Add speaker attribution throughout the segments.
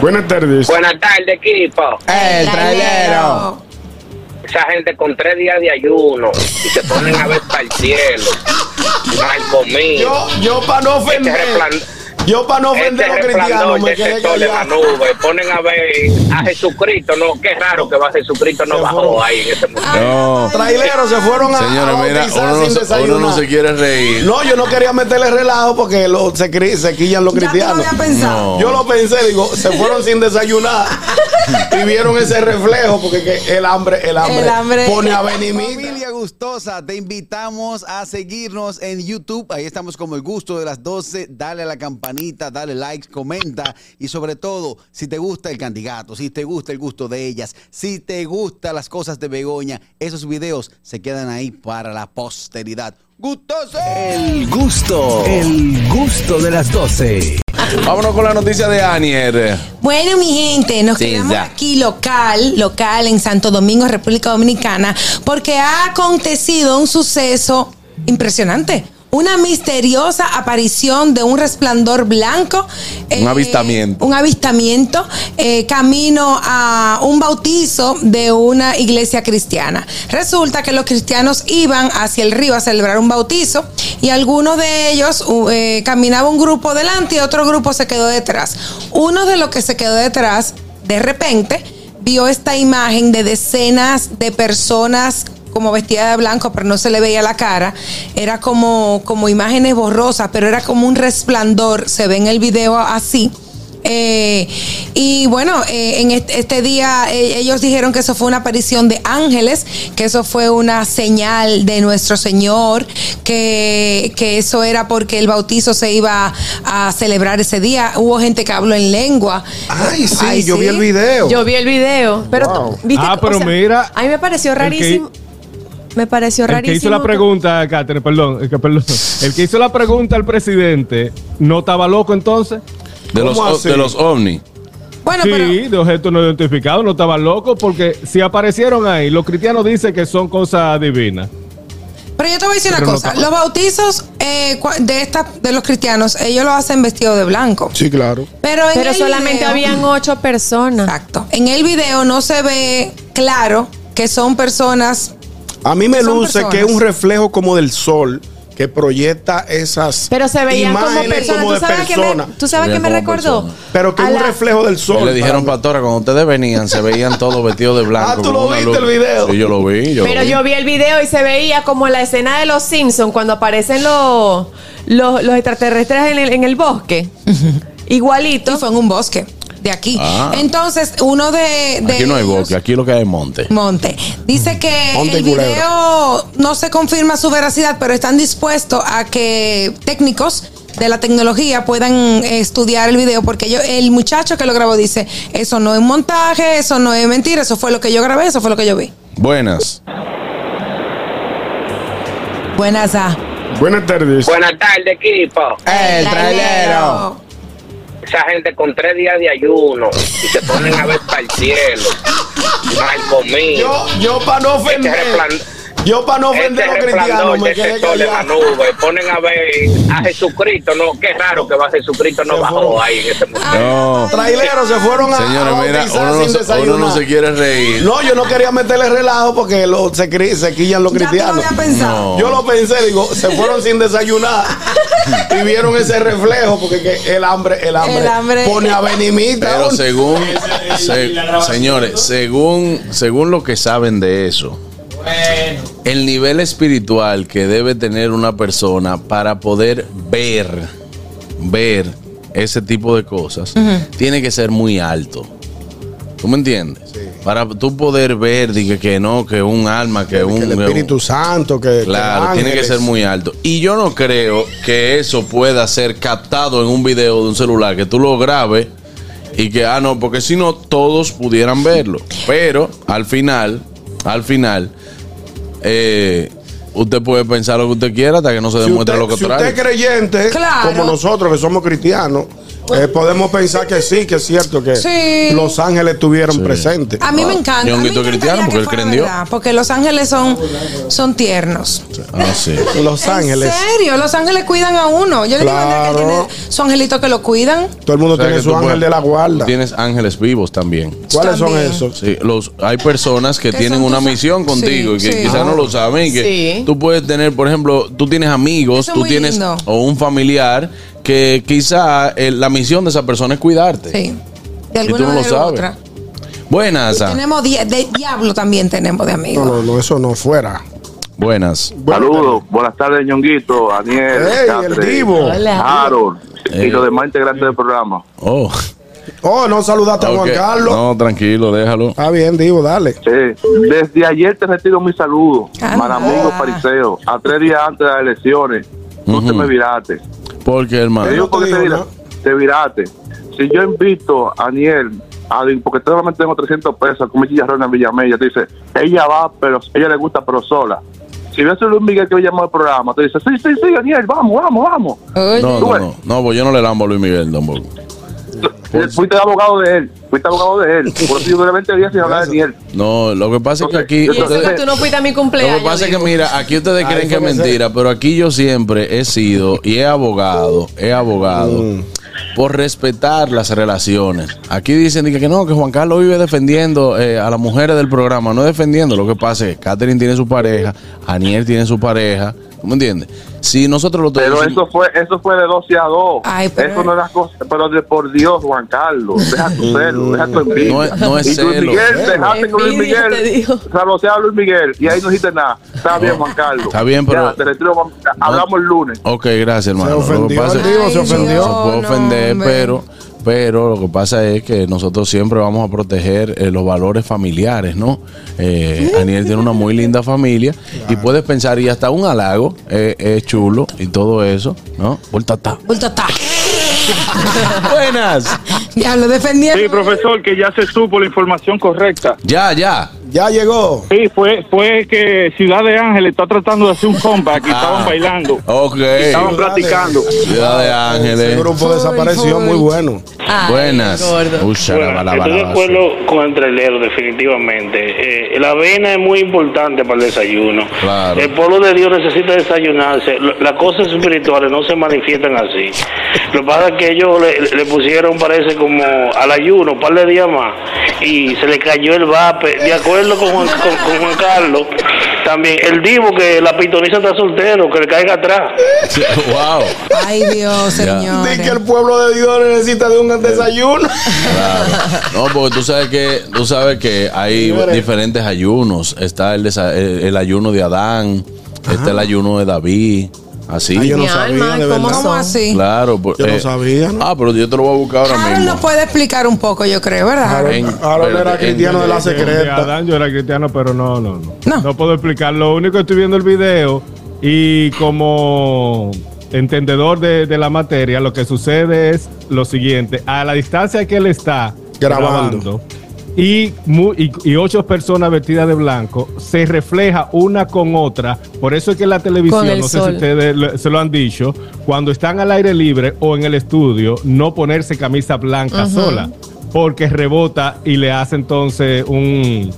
Speaker 1: Buenas tardes.
Speaker 2: Buenas tardes, equipo.
Speaker 3: El trailero.
Speaker 2: Esa gente con tres días de ayuno y se ponen a ver para el cielo. Mal comido.
Speaker 3: Yo, yo para no
Speaker 2: Este
Speaker 3: ofender.
Speaker 2: resplandor.
Speaker 3: Yo para no
Speaker 2: Este
Speaker 3: ofender a los cristianos
Speaker 2: resplandor de
Speaker 3: me quedé
Speaker 2: ese sol en la
Speaker 3: callado.
Speaker 2: nube, ponen a ver a Jesucristo, no, qué raro que va Jesucristo, no
Speaker 3: Se
Speaker 2: bajó
Speaker 3: fueron.
Speaker 2: ahí en ese
Speaker 4: Ah,
Speaker 2: momento.
Speaker 5: No.
Speaker 3: Traileros se fueron a,
Speaker 5: Señores,
Speaker 3: a
Speaker 5: mira,
Speaker 3: bautizar
Speaker 5: uno no,
Speaker 3: sin
Speaker 5: se- uno
Speaker 3: desayunar.
Speaker 5: no se quiere reír.
Speaker 3: No, yo no quería meterle relajo porque lo- se, cri- se quillan los
Speaker 6: Ya tú lo
Speaker 3: cristianos.
Speaker 6: habías pensado.
Speaker 5: No.
Speaker 3: Yo lo pensé, digo, se fueron sin desayunar y vieron ese reflejo porque que el hambre, el hambre,
Speaker 6: El hambre.
Speaker 3: pone a venir.
Speaker 7: Familia gustosa, te invitamos a seguirnos en YouTube. Ahí estamos como el gusto de las 12. Dale a la campanita, dale like, comenta. Y sobre todo, si te gusta el candidato, si te gusta el gusto de ellas, si te gustan las cosas de Begoña, esos videos se quedan ahí para la posteridad. ¡Gustoso!
Speaker 8: El gusto, el gusto de las 12.
Speaker 5: Vámonos con la noticia de Anier. eh,
Speaker 4: Bueno, mi gente, nos
Speaker 5: Sí,
Speaker 4: quedamos
Speaker 5: ya.
Speaker 4: aquí local, local en Santo Domingo, República Dominicana, porque ha acontecido un suceso impresionante. Una misteriosa aparición de un resplandor blanco.
Speaker 5: Un avistamiento.
Speaker 4: Un avistamiento eh, camino a un bautizo de una iglesia cristiana. Resulta que los cristianos iban hacia el río a celebrar un bautizo y algunos de ellos u- eh, caminaba un grupo delante y otro grupo se quedó detrás. Uno de los que se quedó detrás, de repente, vio esta imagen de decenas de personas como vestida de blanco, pero no se le veía la cara. Era como, como imágenes borrosas, pero era como un resplandor. Se ve en el video así. Eh, y bueno, eh, en este, este día eh, ellos dijeron que eso fue una aparición de ángeles, que eso fue una señal de nuestro Señor, que, que eso era porque el bautizo se iba a celebrar ese día. Hubo gente que habló en lengua.
Speaker 3: Ay, sí,
Speaker 4: Ay,
Speaker 3: yo vi
Speaker 4: sí.
Speaker 3: el video.
Speaker 9: Yo vi el video, pero
Speaker 3: Wow.
Speaker 9: ¿viste?
Speaker 1: Ah, pero mira,
Speaker 9: A mí me pareció
Speaker 1: el que-
Speaker 9: rarísimo. me pareció
Speaker 1: El que
Speaker 9: rarísimo.
Speaker 1: hizo la pregunta, Catherine, perdón, el que, perdón. El que hizo la pregunta al presidente, ¿no estaba loco entonces?
Speaker 5: De los,
Speaker 3: ¿Cómo
Speaker 5: o-
Speaker 3: así?
Speaker 5: de los ovnis.
Speaker 4: Bueno,
Speaker 1: sí,
Speaker 4: pero
Speaker 1: de objetos no identificados, no estaba loco, porque si aparecieron ahí, los cristianos dicen que son cosas divinas.
Speaker 4: Pero yo te voy a decir una
Speaker 1: Pero no
Speaker 4: cosa.
Speaker 1: tapa.
Speaker 4: los bautizos eh, cua- de esta, de los cristianos, ellos lo hacen vestido de blanco.
Speaker 3: Sí, claro.
Speaker 4: Pero, en
Speaker 9: Pero
Speaker 4: el
Speaker 9: solamente
Speaker 4: video-
Speaker 9: habían ocho personas.
Speaker 4: Exacto. En el video no se ve claro que son personas.
Speaker 3: A mí me
Speaker 4: Son
Speaker 3: luce
Speaker 4: personas.
Speaker 3: que es un reflejo como del sol que proyecta esas
Speaker 9: Pero se veían como
Speaker 3: imágenes
Speaker 9: personas.
Speaker 3: como
Speaker 9: ¿Tú
Speaker 3: de
Speaker 9: sabes que me,
Speaker 3: personas.
Speaker 9: tú sabes
Speaker 5: Se
Speaker 9: qué me
Speaker 5: veían como
Speaker 9: recordó?
Speaker 5: personas.
Speaker 3: Pero que
Speaker 9: A
Speaker 3: es un
Speaker 9: la-
Speaker 3: reflejo del sol.
Speaker 5: Y le dijeron,
Speaker 3: para mí.
Speaker 5: pastora, cuando ustedes venían, se veían todos vestidos de blanco.
Speaker 3: Ah, ¿tú
Speaker 5: con
Speaker 3: lo
Speaker 5: una
Speaker 3: viste el
Speaker 5: luz.
Speaker 3: video?
Speaker 5: Sí, yo lo vi. Yo
Speaker 9: Pero
Speaker 5: lo vi.
Speaker 9: yo vi el video y se veía como la escena de los Simpsons cuando aparecen los, los, los extraterrestres en el, en el bosque.
Speaker 4: Y
Speaker 9: Igualito.
Speaker 4: fue en un bosque de aquí.
Speaker 5: Ah.
Speaker 4: Entonces, uno de. de
Speaker 5: Aquí no hay
Speaker 4: ellos-
Speaker 5: bosque, aquí lo que hay es monte.
Speaker 4: Monte. Dice que
Speaker 3: Monte
Speaker 4: el
Speaker 3: y culebra.
Speaker 4: video no se confirma su veracidad, pero están dispuestos a que técnicos de la tecnología puedan eh, estudiar el video porque yo, el muchacho que lo grabó dice, eso no es montaje, eso no es mentira, eso fue lo que yo grabé, eso fue lo que yo vi.
Speaker 5: Buenas.
Speaker 4: Buenas ah. a
Speaker 1: Buenas tardes.
Speaker 2: Buenas tardes, equipo.
Speaker 3: El trailero.
Speaker 2: Esa gente con tres días de ayuno y se ponen a ver para el cielo. Mal comido.
Speaker 3: Yo, yo para no ofender.
Speaker 2: este resplandor-
Speaker 3: yo para no
Speaker 2: Este
Speaker 3: ofender a los cristianos
Speaker 2: resplandor de
Speaker 3: me quedé
Speaker 2: ese sol en la
Speaker 3: callado.
Speaker 2: nube, ponen a ver a Jesucristo, no, qué raro que va Jesucristo, no
Speaker 3: Se
Speaker 2: bajó
Speaker 3: fueron.
Speaker 2: ahí en ese momento.
Speaker 5: No.
Speaker 3: Traileros se Ah, fueron a,
Speaker 5: Señores,
Speaker 3: a
Speaker 5: mira,
Speaker 3: bautizar
Speaker 5: uno no,
Speaker 3: sin
Speaker 5: se, uno
Speaker 3: desayunar.
Speaker 5: no se quiere reír.
Speaker 3: No, yo no quería meterle relajo porque lo, se, cri- se quillan los
Speaker 6: Ya tú lo
Speaker 3: cristianos.
Speaker 6: habías pensado.
Speaker 5: No.
Speaker 3: Yo lo pensé, digo, se fueron sin desayunar y vieron ese reflejo porque que el hambre, el hambre,
Speaker 6: El hambre.
Speaker 3: pone a venimita.
Speaker 5: Pero
Speaker 3: uno.
Speaker 5: según, se- señores, según, según lo que saben de eso, el nivel espiritual que debe tener una persona para poder ver, ver ese tipo de cosas, tiene que ser muy alto. ¿Tú me entiendes? Para tú poder ver, dije que no, que un alma, que, un
Speaker 3: que el
Speaker 5: que un-
Speaker 3: Espíritu Santo, que que
Speaker 5: Claro, tiene que
Speaker 3: ángeles.
Speaker 5: ser muy alto. Y yo no creo que eso pueda ser captado en un video de un celular, que tú lo grabes y que, ah, no, porque si no, todos pudieran verlo. Pero al final, al final, eh, usted puede pensar lo que usted quiera hasta que no se
Speaker 3: Si
Speaker 5: demuestre
Speaker 3: usted,
Speaker 5: lo
Speaker 3: si
Speaker 5: contrario.
Speaker 3: usted es creyente,
Speaker 4: Claro.
Speaker 3: como nosotros que somos cristianos, Eh, podemos pensar que sí, que es cierto que
Speaker 4: Sí.
Speaker 3: los ángeles estuvieron presentes.
Speaker 4: A mí me encanta.
Speaker 5: Ni
Speaker 4: a
Speaker 5: un
Speaker 4: mí
Speaker 5: grito
Speaker 4: me
Speaker 5: cristiano,
Speaker 4: encantaría
Speaker 5: porque
Speaker 4: que
Speaker 5: él
Speaker 4: fuera
Speaker 5: cree en Dios.
Speaker 4: verdad, Porque los ángeles son, son tiernos.
Speaker 5: Ah, sí.
Speaker 3: Los ángeles.
Speaker 4: En serio, los ángeles cuidan a uno. Yo le digo a Andrea que él
Speaker 3: Claro.
Speaker 4: tiene su angelito que lo cuidan.
Speaker 3: Todo el mundo
Speaker 5: O sea,
Speaker 3: tiene
Speaker 5: que
Speaker 3: su
Speaker 5: tú
Speaker 3: ángel
Speaker 5: puedes-
Speaker 3: de la
Speaker 5: tú
Speaker 3: guarda.
Speaker 5: Tienes ángeles vivos también.
Speaker 3: ¿Cuáles son
Speaker 4: También.
Speaker 3: esos?
Speaker 5: Sí, los, hay personas que
Speaker 4: Que
Speaker 5: tienen
Speaker 4: son
Speaker 5: una
Speaker 4: tus-
Speaker 5: misión contigo
Speaker 4: sí,
Speaker 5: y que
Speaker 4: sí.
Speaker 5: quizás no lo saben. y que
Speaker 9: Sí.
Speaker 5: Tú puedes tener, por ejemplo, tú tienes amigos,
Speaker 4: Eso es
Speaker 5: tú
Speaker 4: muy
Speaker 5: tienes
Speaker 4: lindo.
Speaker 5: o un familiar que quizá eh, la misión de esa persona es cuidarte.
Speaker 4: Sí. De
Speaker 5: Y tú
Speaker 4: alguna
Speaker 5: no lo
Speaker 4: manera u
Speaker 5: sabes.
Speaker 4: otra.
Speaker 5: Buenas, ah.
Speaker 4: Tenemos di- de diablo también tenemos de amigos.
Speaker 3: No, no, no, eso no fuera.
Speaker 5: buenas.
Speaker 6: Saludos, buenas tardes, Ñonguito, Aniel,
Speaker 3: ¡Ey, el
Speaker 6: Cáceres,
Speaker 3: divo!
Speaker 6: Harold
Speaker 5: Eh.
Speaker 6: y los demás integrantes del programa.
Speaker 5: Oh,
Speaker 3: Oh, no saludaste a Juan
Speaker 5: ok.
Speaker 3: Carlos.
Speaker 5: No, tranquilo, déjalo.
Speaker 3: Está bien, divo, dale.
Speaker 6: Eh, desde ayer te retiro mis saludos,
Speaker 4: Anda.
Speaker 6: para amigos fariseos, a tres días antes de las elecciones. Tú te
Speaker 5: Ujú. Ah.
Speaker 6: me viraste.
Speaker 5: Porque,
Speaker 6: Te
Speaker 5: hermano,
Speaker 6: digo por qué
Speaker 3: te
Speaker 6: te,
Speaker 3: digo,
Speaker 6: vira- te viraste. Si yo invito a Aniel, a, porque solamente tengo 300 pesos, como chicharrón en Villamella, te dice, ella va, pero ella le gusta, pero sola. Si ves a Luis Miguel que hoy llamó al programa, te dice, sí, sí, sí, Aniel, vamos, vamos, vamos.
Speaker 4: Oye,
Speaker 5: no, no, no, no, pues yo no le lambo a Luis Miguel tampoco. Por-
Speaker 6: Fuiste abogado de él, fuiste abogado de él. Por eso yo durante días sin hablar de él.
Speaker 5: No, lo que pasa es que
Speaker 6: Ok,
Speaker 5: aquí.
Speaker 6: yo
Speaker 9: Y eso que
Speaker 5: ustedes-
Speaker 9: tú no fuiste a mi
Speaker 5: Lo
Speaker 9: cumpleaños.
Speaker 5: que pasa es que,
Speaker 9: digo.
Speaker 5: mira, aquí
Speaker 3: Ahí
Speaker 5: ustedes creen que es
Speaker 3: fue que se-
Speaker 5: mentira, pero aquí yo siempre he sido y he abogado, he abogado por respetar las relaciones. Aquí dicen dije, que no, que Juan Carlos vive defendiendo eh, a las mujeres del programa, no defendiendo. Lo que pasa es que Catherine tiene su pareja, Aniel tiene su pareja, ¿tú me entiendes? Si nosotros lo
Speaker 6: Pero eso fue, eso fue de 12 a 2.
Speaker 4: Ay, pero-
Speaker 6: Eso no era cosa. Pero de- por Dios, Juan Carlos, deja tu celo, deja tu envidia.
Speaker 5: Mm. No es- no es
Speaker 6: y Luis
Speaker 5: celo,
Speaker 6: Miguel,
Speaker 5: celo.
Speaker 6: dejaste con Luis
Speaker 9: Envidia, te
Speaker 6: Miguel.
Speaker 9: digo.
Speaker 6: Saboteaba a Luis Miguel y ahí no hiciste nada. Está bien, Juan Carlos.
Speaker 5: Está bien, pero-
Speaker 6: Ya, te retiro, Juan- hablamos el lunes.
Speaker 5: Ok, gracias, hermano. Lo que
Speaker 3: ofendió
Speaker 5: pasa-
Speaker 3: el divo, se
Speaker 4: Ay,
Speaker 3: ofendió.
Speaker 4: Dios,
Speaker 5: se puede
Speaker 4: no,
Speaker 5: ofender,
Speaker 4: hombre.
Speaker 5: pero pero lo que pasa es que nosotros siempre vamos a proteger eh, los valores familiares, ¿no? Eh, Aniel tiene una muy linda familia y puedes pensar, y hasta un halago eh, es chulo y todo eso, ¿no? Por tatá.
Speaker 4: Bulto ta.
Speaker 5: Buenas.
Speaker 4: Diablo defendiendo.
Speaker 10: Sí, profesor, que ya se supo la información correcta.
Speaker 5: Ya, ya.
Speaker 3: Ya llegó.
Speaker 10: Sí, fue, fue que Ciudad de Ángel está tratando de hacer un comeback y estaban bailando.
Speaker 5: Ah. Ok.
Speaker 3: Ciudad
Speaker 10: Estaban
Speaker 3: de-
Speaker 10: platicando.
Speaker 5: Ciudad de
Speaker 3: Ese
Speaker 5: Ángeles.
Speaker 3: grupo
Speaker 4: Full,
Speaker 3: desapareció,
Speaker 4: full.
Speaker 3: muy bueno.
Speaker 9: Ay,
Speaker 5: Buenas.
Speaker 9: gordo.
Speaker 5: Ucha, la, la, la, la,
Speaker 10: estoy de
Speaker 5: la,
Speaker 10: acuerdo con Entrelero, definitivamente. Eh, la avena es muy importante para el desayuno.
Speaker 5: Claro.
Speaker 10: El pueblo de Dios necesita desayunarse. Lo- Las cosas espirituales no se manifiestan así. Lo que pasa es que ellos le, le pusieron, parece, como al ayuno, un par de días más, y se le cayó el vape. De acuerdo con Juan, con- con Juan Carlos, también el divo que la pitoniza está soltero, que le caiga atrás.
Speaker 5: Sí, Wow.
Speaker 4: Ay, Dios,
Speaker 5: Ya.
Speaker 4: señor.
Speaker 3: Di que el pueblo de Dios necesita de un desayuno.
Speaker 5: Claro. No, porque tú sabes que tú sabes que hay
Speaker 3: Señores.
Speaker 5: diferentes ayunos. Está el, desa- el- el ayuno de Adán, está el ayuno de David, así.
Speaker 3: Ay, yo no
Speaker 9: Mi
Speaker 3: sabía,
Speaker 9: alma,
Speaker 3: de
Speaker 9: ¿cómo
Speaker 3: verdad.
Speaker 4: ¿Cómo así?
Speaker 5: Claro, por-
Speaker 3: Yo no sabía, ¿no?
Speaker 5: Ah, pero yo te lo voy a buscar ahora
Speaker 4: Harold
Speaker 5: mismo.
Speaker 4: nos puede explicar un poco, yo creo, ¿verdad?
Speaker 3: Ahora
Speaker 5: En-
Speaker 3: ahora era
Speaker 5: en-
Speaker 3: cristiano de la secreta.
Speaker 1: Eh, Adán, yo era cristiano, pero no, no, no.
Speaker 4: No.
Speaker 1: No, puedo explicar. Lo único que estoy viendo el video y como entendedor de, de la materia, lo que sucede es lo siguiente. A la distancia que él está
Speaker 3: Grabando.
Speaker 1: grabando, y, mu- y, y ocho personas vestidas de blanco se refleja una con otra. Por eso es que en la televisión,
Speaker 9: Con el
Speaker 1: no sé
Speaker 9: sol.
Speaker 1: si ustedes lo- se lo han dicho, cuando están al aire libre o en el estudio, no ponerse camisa blanca sola, porque rebota y le hace entonces un,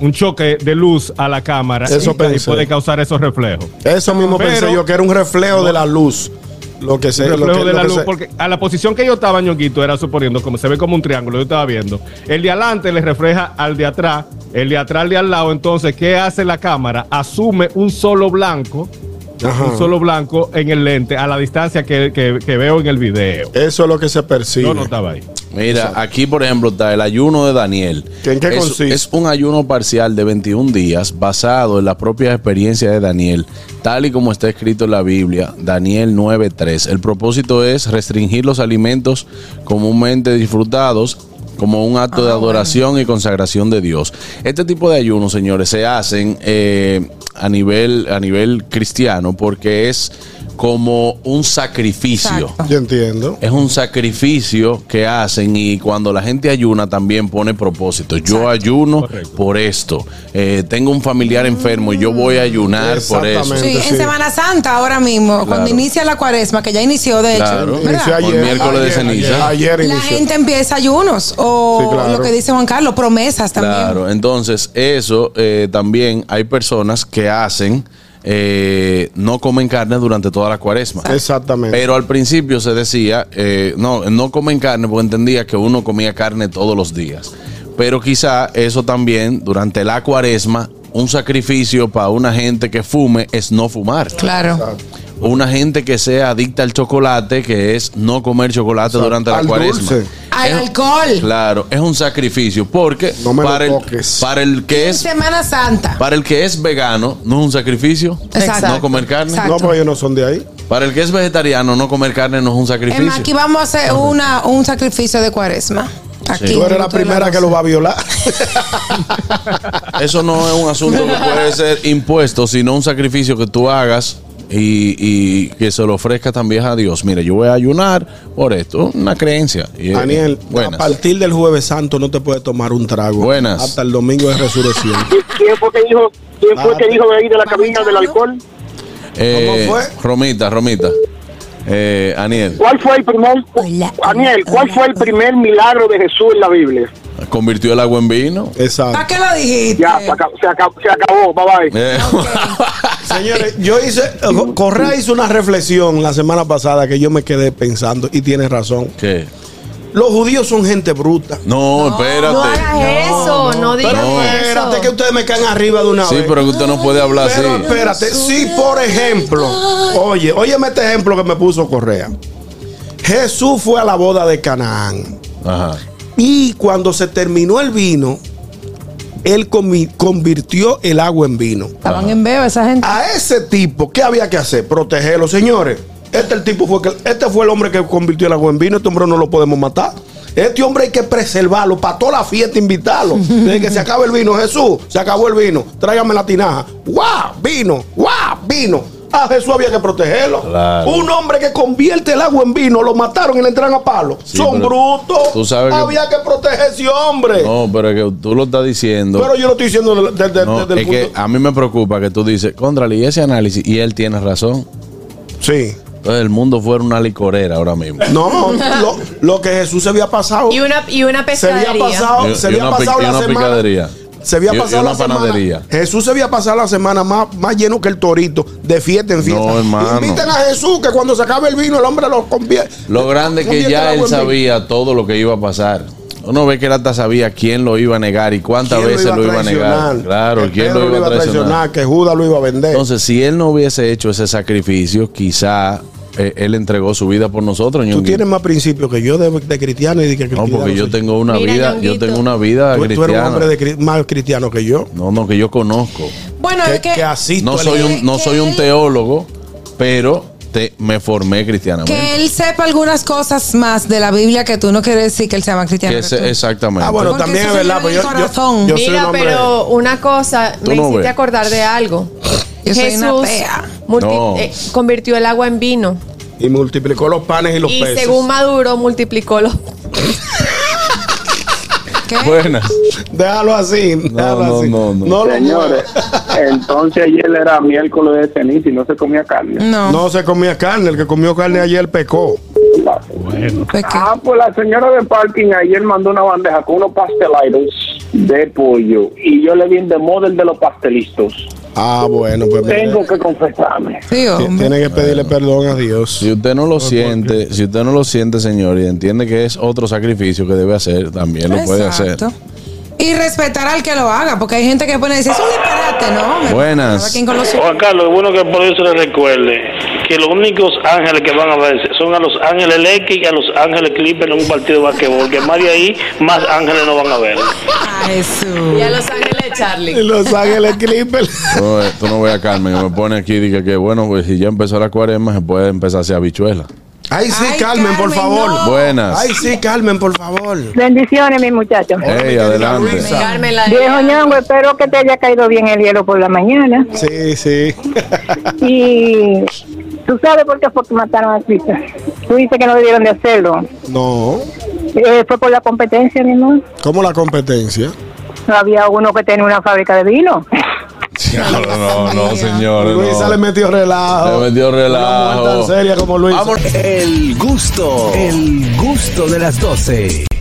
Speaker 1: un choque de luz a la cámara
Speaker 3: Eso
Speaker 1: y- y,
Speaker 3: pensé.
Speaker 1: puede causar esos reflejos.
Speaker 3: Eso mismo
Speaker 1: Pero-
Speaker 3: pensé yo, que era un reflejo de la luz. Lo que se
Speaker 1: El
Speaker 3: lo
Speaker 1: reflejo
Speaker 3: que-
Speaker 1: de
Speaker 3: lo
Speaker 1: la
Speaker 3: que
Speaker 1: luz,
Speaker 3: se-
Speaker 1: porque a la posición que yo estaba, ñonguito, era suponiendo, como se ve como un triángulo, yo estaba viendo. El de adelante le refleja al de atrás, el de atrás al de al lado. Entonces, ¿qué hace la cámara? Asume un solo blanco,
Speaker 3: Ajá.
Speaker 1: un solo blanco en el lente, a la distancia que, que- que veo en el video.
Speaker 3: Eso es lo que se percibe.
Speaker 1: Yo no estaba ahí.
Speaker 5: Mira, aquí por ejemplo está el ayuno de Daniel.
Speaker 3: ¿Que en qué
Speaker 5: es,
Speaker 3: consiste?
Speaker 5: Es un ayuno parcial de 21 días basado en la propia experiencia de Daniel, tal y como está escrito en la Biblia, Daniel 9.3. El propósito es restringir los alimentos comúnmente disfrutados como un
Speaker 3: Ah,
Speaker 5: acto de adoración y consagración de Dios. Este tipo de ayunos, señores, se hacen eh, a, nivel, a nivel cristiano porque es como un sacrificio.
Speaker 3: Yo entiendo.
Speaker 5: Es un sacrificio que hacen y cuando la gente ayuna también pone propósito. Yo ayuno por esto. Eh, tengo un familiar enfermo y yo voy a ayunar por eso.
Speaker 4: Sí, en Semana Santa ahora mismo, cuando inicia la cuaresma, que ya inició de hecho,
Speaker 5: Claro.
Speaker 4: ¿verdad?
Speaker 5: Inició ayer. Por miércoles de ceniza.
Speaker 3: Ayer
Speaker 4: la
Speaker 3: inició.
Speaker 4: gente empieza ayunos o
Speaker 5: Sí, claro.
Speaker 4: lo que dice Juan Carlos, promesas también.
Speaker 5: Claro, entonces eso eh, también hay personas que hacen, eh, no comen carne durante toda la cuaresma.
Speaker 3: Exactamente.
Speaker 5: Pero al principio se decía, eh, no, no comen carne porque entendía que uno comía carne todos los días. Pero quizá eso también durante la cuaresma, un sacrificio para una gente que fume es no fumar.
Speaker 4: Claro.
Speaker 5: Una gente que sea adicta al chocolate, que es no comer chocolate durante la
Speaker 3: al
Speaker 5: cuaresma.
Speaker 3: dulce.
Speaker 4: Al alcohol.
Speaker 5: Claro, es un sacrificio porque para, el, para el que es
Speaker 4: Semana Santa.
Speaker 5: para el que es vegano no es un sacrificio
Speaker 4: Exacto.
Speaker 5: no comer carne.
Speaker 4: Exacto. No, pero
Speaker 3: ellos no son de ahí.
Speaker 5: Para el que es vegetariano no comer carne no es un
Speaker 4: Es
Speaker 5: sacrificio.
Speaker 4: más, aquí vamos a hacer una, un sacrificio de cuaresma. Aquí,
Speaker 5: Tú eres la
Speaker 4: Minuto de
Speaker 5: primera
Speaker 3: que lo va a violar.
Speaker 5: Eso no es un asunto que puede ser impuesto, sino un sacrificio que tú hagas y, y que se lo ofrezca también a Dios. Mira, yo voy a ayunar por esto, una creencia. Y, eh,
Speaker 3: Daniel, a
Speaker 5: buenas.
Speaker 3: partir del Jueves Santo no te puedes tomar un trago.
Speaker 5: Buenas.
Speaker 3: Hasta el domingo de resurrección.
Speaker 11: ¿Quién fue que dijo, quién fue que dijo ahí de la cabina del alcohol?
Speaker 5: Eh, Romita, Romita. Eh, Aniel,
Speaker 11: ¿Cuál fue el primer, Daniel, cuál fue el primer milagro de Jesús en la Biblia?
Speaker 5: convirtió el agua en vino.
Speaker 3: Exacto.
Speaker 4: qué lo dijiste?
Speaker 11: Ya, se acabó, se acabó, se acabó, bye bye.
Speaker 5: Eh,
Speaker 3: Señores, yo hice, eh, Correa hizo una reflexión la semana pasada que yo me quedé pensando y tiene razón.
Speaker 5: ¿Qué?
Speaker 3: Los judíos son gente bruta.
Speaker 5: No, espérate.
Speaker 9: No hagas eso, no, digas
Speaker 3: Pero
Speaker 9: eso.
Speaker 3: espérate que ustedes me caen arriba de una
Speaker 5: Sí,
Speaker 3: vez.
Speaker 5: pero que usted no puede hablar así.
Speaker 3: Pero espérate, si por ejemplo, oye, óyeme este ejemplo que me puso Correa. Jesús fue a la boda de Canaán
Speaker 5: Ajá.
Speaker 3: y cuando se terminó el vino, él comi- convirtió el agua en vino.
Speaker 4: Estaban en veo esa gente.
Speaker 3: A ese tipo, ¿qué había que hacer? Protegerlo, señores. Este el tipo fue que este fue el hombre que convirtió el agua en vino, este hombre no lo podemos matar. Este hombre hay que preservarlo, para toda la fiesta invitarlo. Desde que se acabe el vino, Jesús, se acabó el vino, tráigame la tinaja. ¡Guau! Vino, ¡guau! Vino. A Jesús había que protegerlo.
Speaker 5: Claro.
Speaker 3: Un hombre que convierte el agua en vino, lo mataron y le entraron a palo.
Speaker 5: Sí,
Speaker 3: Son
Speaker 5: pero
Speaker 3: brutos.
Speaker 5: tú sabes que-
Speaker 3: había que proteger a ese hombre.
Speaker 5: No, pero es que tú lo estás diciendo.
Speaker 3: Pero yo lo estoy diciendo desde, desde-
Speaker 5: No,
Speaker 3: desde el
Speaker 5: es
Speaker 3: punto.
Speaker 5: que a mí me preocupa que tú dices, contra y ese análisis, y él tiene razón.
Speaker 3: Sí.
Speaker 5: Entonces el mundo fuera una licorera ahora mismo.
Speaker 3: No, lo, lo que Jesús se había pasado.
Speaker 9: Y una, y una
Speaker 3: Se había
Speaker 9: pescadería.
Speaker 3: pasado,
Speaker 5: Y-
Speaker 3: se
Speaker 5: y
Speaker 3: había
Speaker 5: una pic-
Speaker 3: pasado
Speaker 5: y
Speaker 3: la
Speaker 5: una
Speaker 3: semana.
Speaker 5: picadería.
Speaker 3: Se había
Speaker 5: Y- y
Speaker 3: pasado
Speaker 5: una
Speaker 3: la semana.
Speaker 5: panadería.
Speaker 3: Jesús se había pasado la semana más, más lleno que el torito, de fiesta en fiesta.
Speaker 5: No, hermano.
Speaker 3: Inviten a Jesús que cuando se acabe el vino, el hombre lo convierte.
Speaker 5: Lo grande es que
Speaker 3: Convierte el
Speaker 5: ya
Speaker 3: agua
Speaker 5: él
Speaker 3: en vino.
Speaker 5: sabía todo lo que iba a pasar. Uno ve que él hasta sabía quién lo iba a negar y cuántas
Speaker 3: ¿Quién
Speaker 5: veces lo iba a negar.
Speaker 3: traicionar?
Speaker 5: Claro,
Speaker 3: Que
Speaker 5: quién
Speaker 3: Pedro
Speaker 5: lo iba a traicionar.
Speaker 3: Que Judas lo iba a vender.
Speaker 5: Entonces, si él no hubiese hecho ese sacrificio, quizá eh, él entregó su vida por nosotros.
Speaker 3: Tú
Speaker 5: Ñonguito.
Speaker 3: tienes más principios que yo de, de cristiano y de que
Speaker 5: No,
Speaker 3: cristiano.
Speaker 5: porque yo
Speaker 3: soy.
Speaker 5: tengo una
Speaker 3: Mira,
Speaker 5: vida, yo
Speaker 3: Ñonguito.
Speaker 5: tengo una vida
Speaker 3: Tú, tú eres un
Speaker 5: cristiana.
Speaker 3: hombre de cri- más cristiano que yo.
Speaker 5: No, no, que yo conozco.
Speaker 4: Bueno, es que,
Speaker 5: no soy un, no soy un teólogo, pero te, me formé cristianamente.
Speaker 4: que él sepa algunas cosas más de la Biblia que tú no quieres decir que él sea más cristiano.
Speaker 5: Que
Speaker 4: que
Speaker 5: ese-
Speaker 4: tú.
Speaker 5: exactamente.
Speaker 3: Ah, bueno, Porque también eso es verdad, viene pues del yo- yo- corazón. yo soy
Speaker 9: Mira,
Speaker 3: un hombre-
Speaker 9: pero una cosa,
Speaker 5: Tú
Speaker 9: me
Speaker 5: no
Speaker 9: hiciste
Speaker 5: ves.
Speaker 9: acordar de algo.
Speaker 4: Yo soy
Speaker 9: Jesús
Speaker 4: una atea.
Speaker 9: multi-
Speaker 3: No.
Speaker 9: eh, convirtió el agua en vino.
Speaker 3: Y multiplicó los panes y los
Speaker 9: y
Speaker 3: peces.
Speaker 9: según Maduro, multiplicó los.
Speaker 5: Buenas.
Speaker 3: Déjalo así, déjalo así. No, lo
Speaker 11: Señores, entonces ayer era miércoles de ceniza y no se comía carne.
Speaker 3: No. se comía carne. El que comió carne ayer pecó.
Speaker 11: Ah, pues la señora de parking ayer mandó una bandeja con unos pastelitos de pollo y yo le di el de model de los pastelitos.
Speaker 3: Ah, bueno, pues mire,
Speaker 11: Tengo que confesarme.
Speaker 3: ti- tiene que pedirle perdón a Dios.
Speaker 5: Si usted no lo siente, si usted no lo siente, señor, y entiende que es otro sacrificio que debe hacer, también lo puede hacer.
Speaker 4: Exacto. Y respetar al que lo haga, porque hay gente que pone, dice, es un disparate, ¿no? Me- cada
Speaker 5: Buenas.
Speaker 4: quien con lo suyo.
Speaker 10: Juan Carlos, es bueno que por eso le recuerde que los únicos ángeles que van a ver son a los ángeles Lakers y a los ángeles Clippers en un partido de basquetbol, que más de ahí, más ángeles no van a ver.
Speaker 3: Mm.
Speaker 9: Y a Los Ángeles, Charlie.
Speaker 3: Los Ángeles Clippers.
Speaker 5: Tú no ves- tú no veas a Carmen que me pone aquí y dice que bueno, pues si ya empezó la cuaresma, se puede empezar a hacer habichuela.
Speaker 3: Ay, sí, Carmen, por favor.
Speaker 5: Buenas.
Speaker 3: Ay, sí, Carmen, por favor.
Speaker 12: Bendiciones, mis muchachos.
Speaker 5: Ey, adelante.
Speaker 12: Viejo Ñango, espero que te haya caído bien el hielo por la mañana.
Speaker 3: Sí, sí.
Speaker 12: Y
Speaker 10: ¿Tú sabes por qué fue que mataron a Cristo? Tú dices que no debieron de hacerlo.
Speaker 3: No.
Speaker 10: Eh, fue por la competencia, mi amor.
Speaker 3: ¿Cómo la competencia?
Speaker 10: No había uno que tenía una fábrica de vino.
Speaker 5: No, no, no, señores.
Speaker 3: Luisa
Speaker 5: no.
Speaker 3: le metió relajo.
Speaker 5: Le metió relajo.
Speaker 3: Tan seria como Luisa.
Speaker 13: El gusto, el gusto de las 12.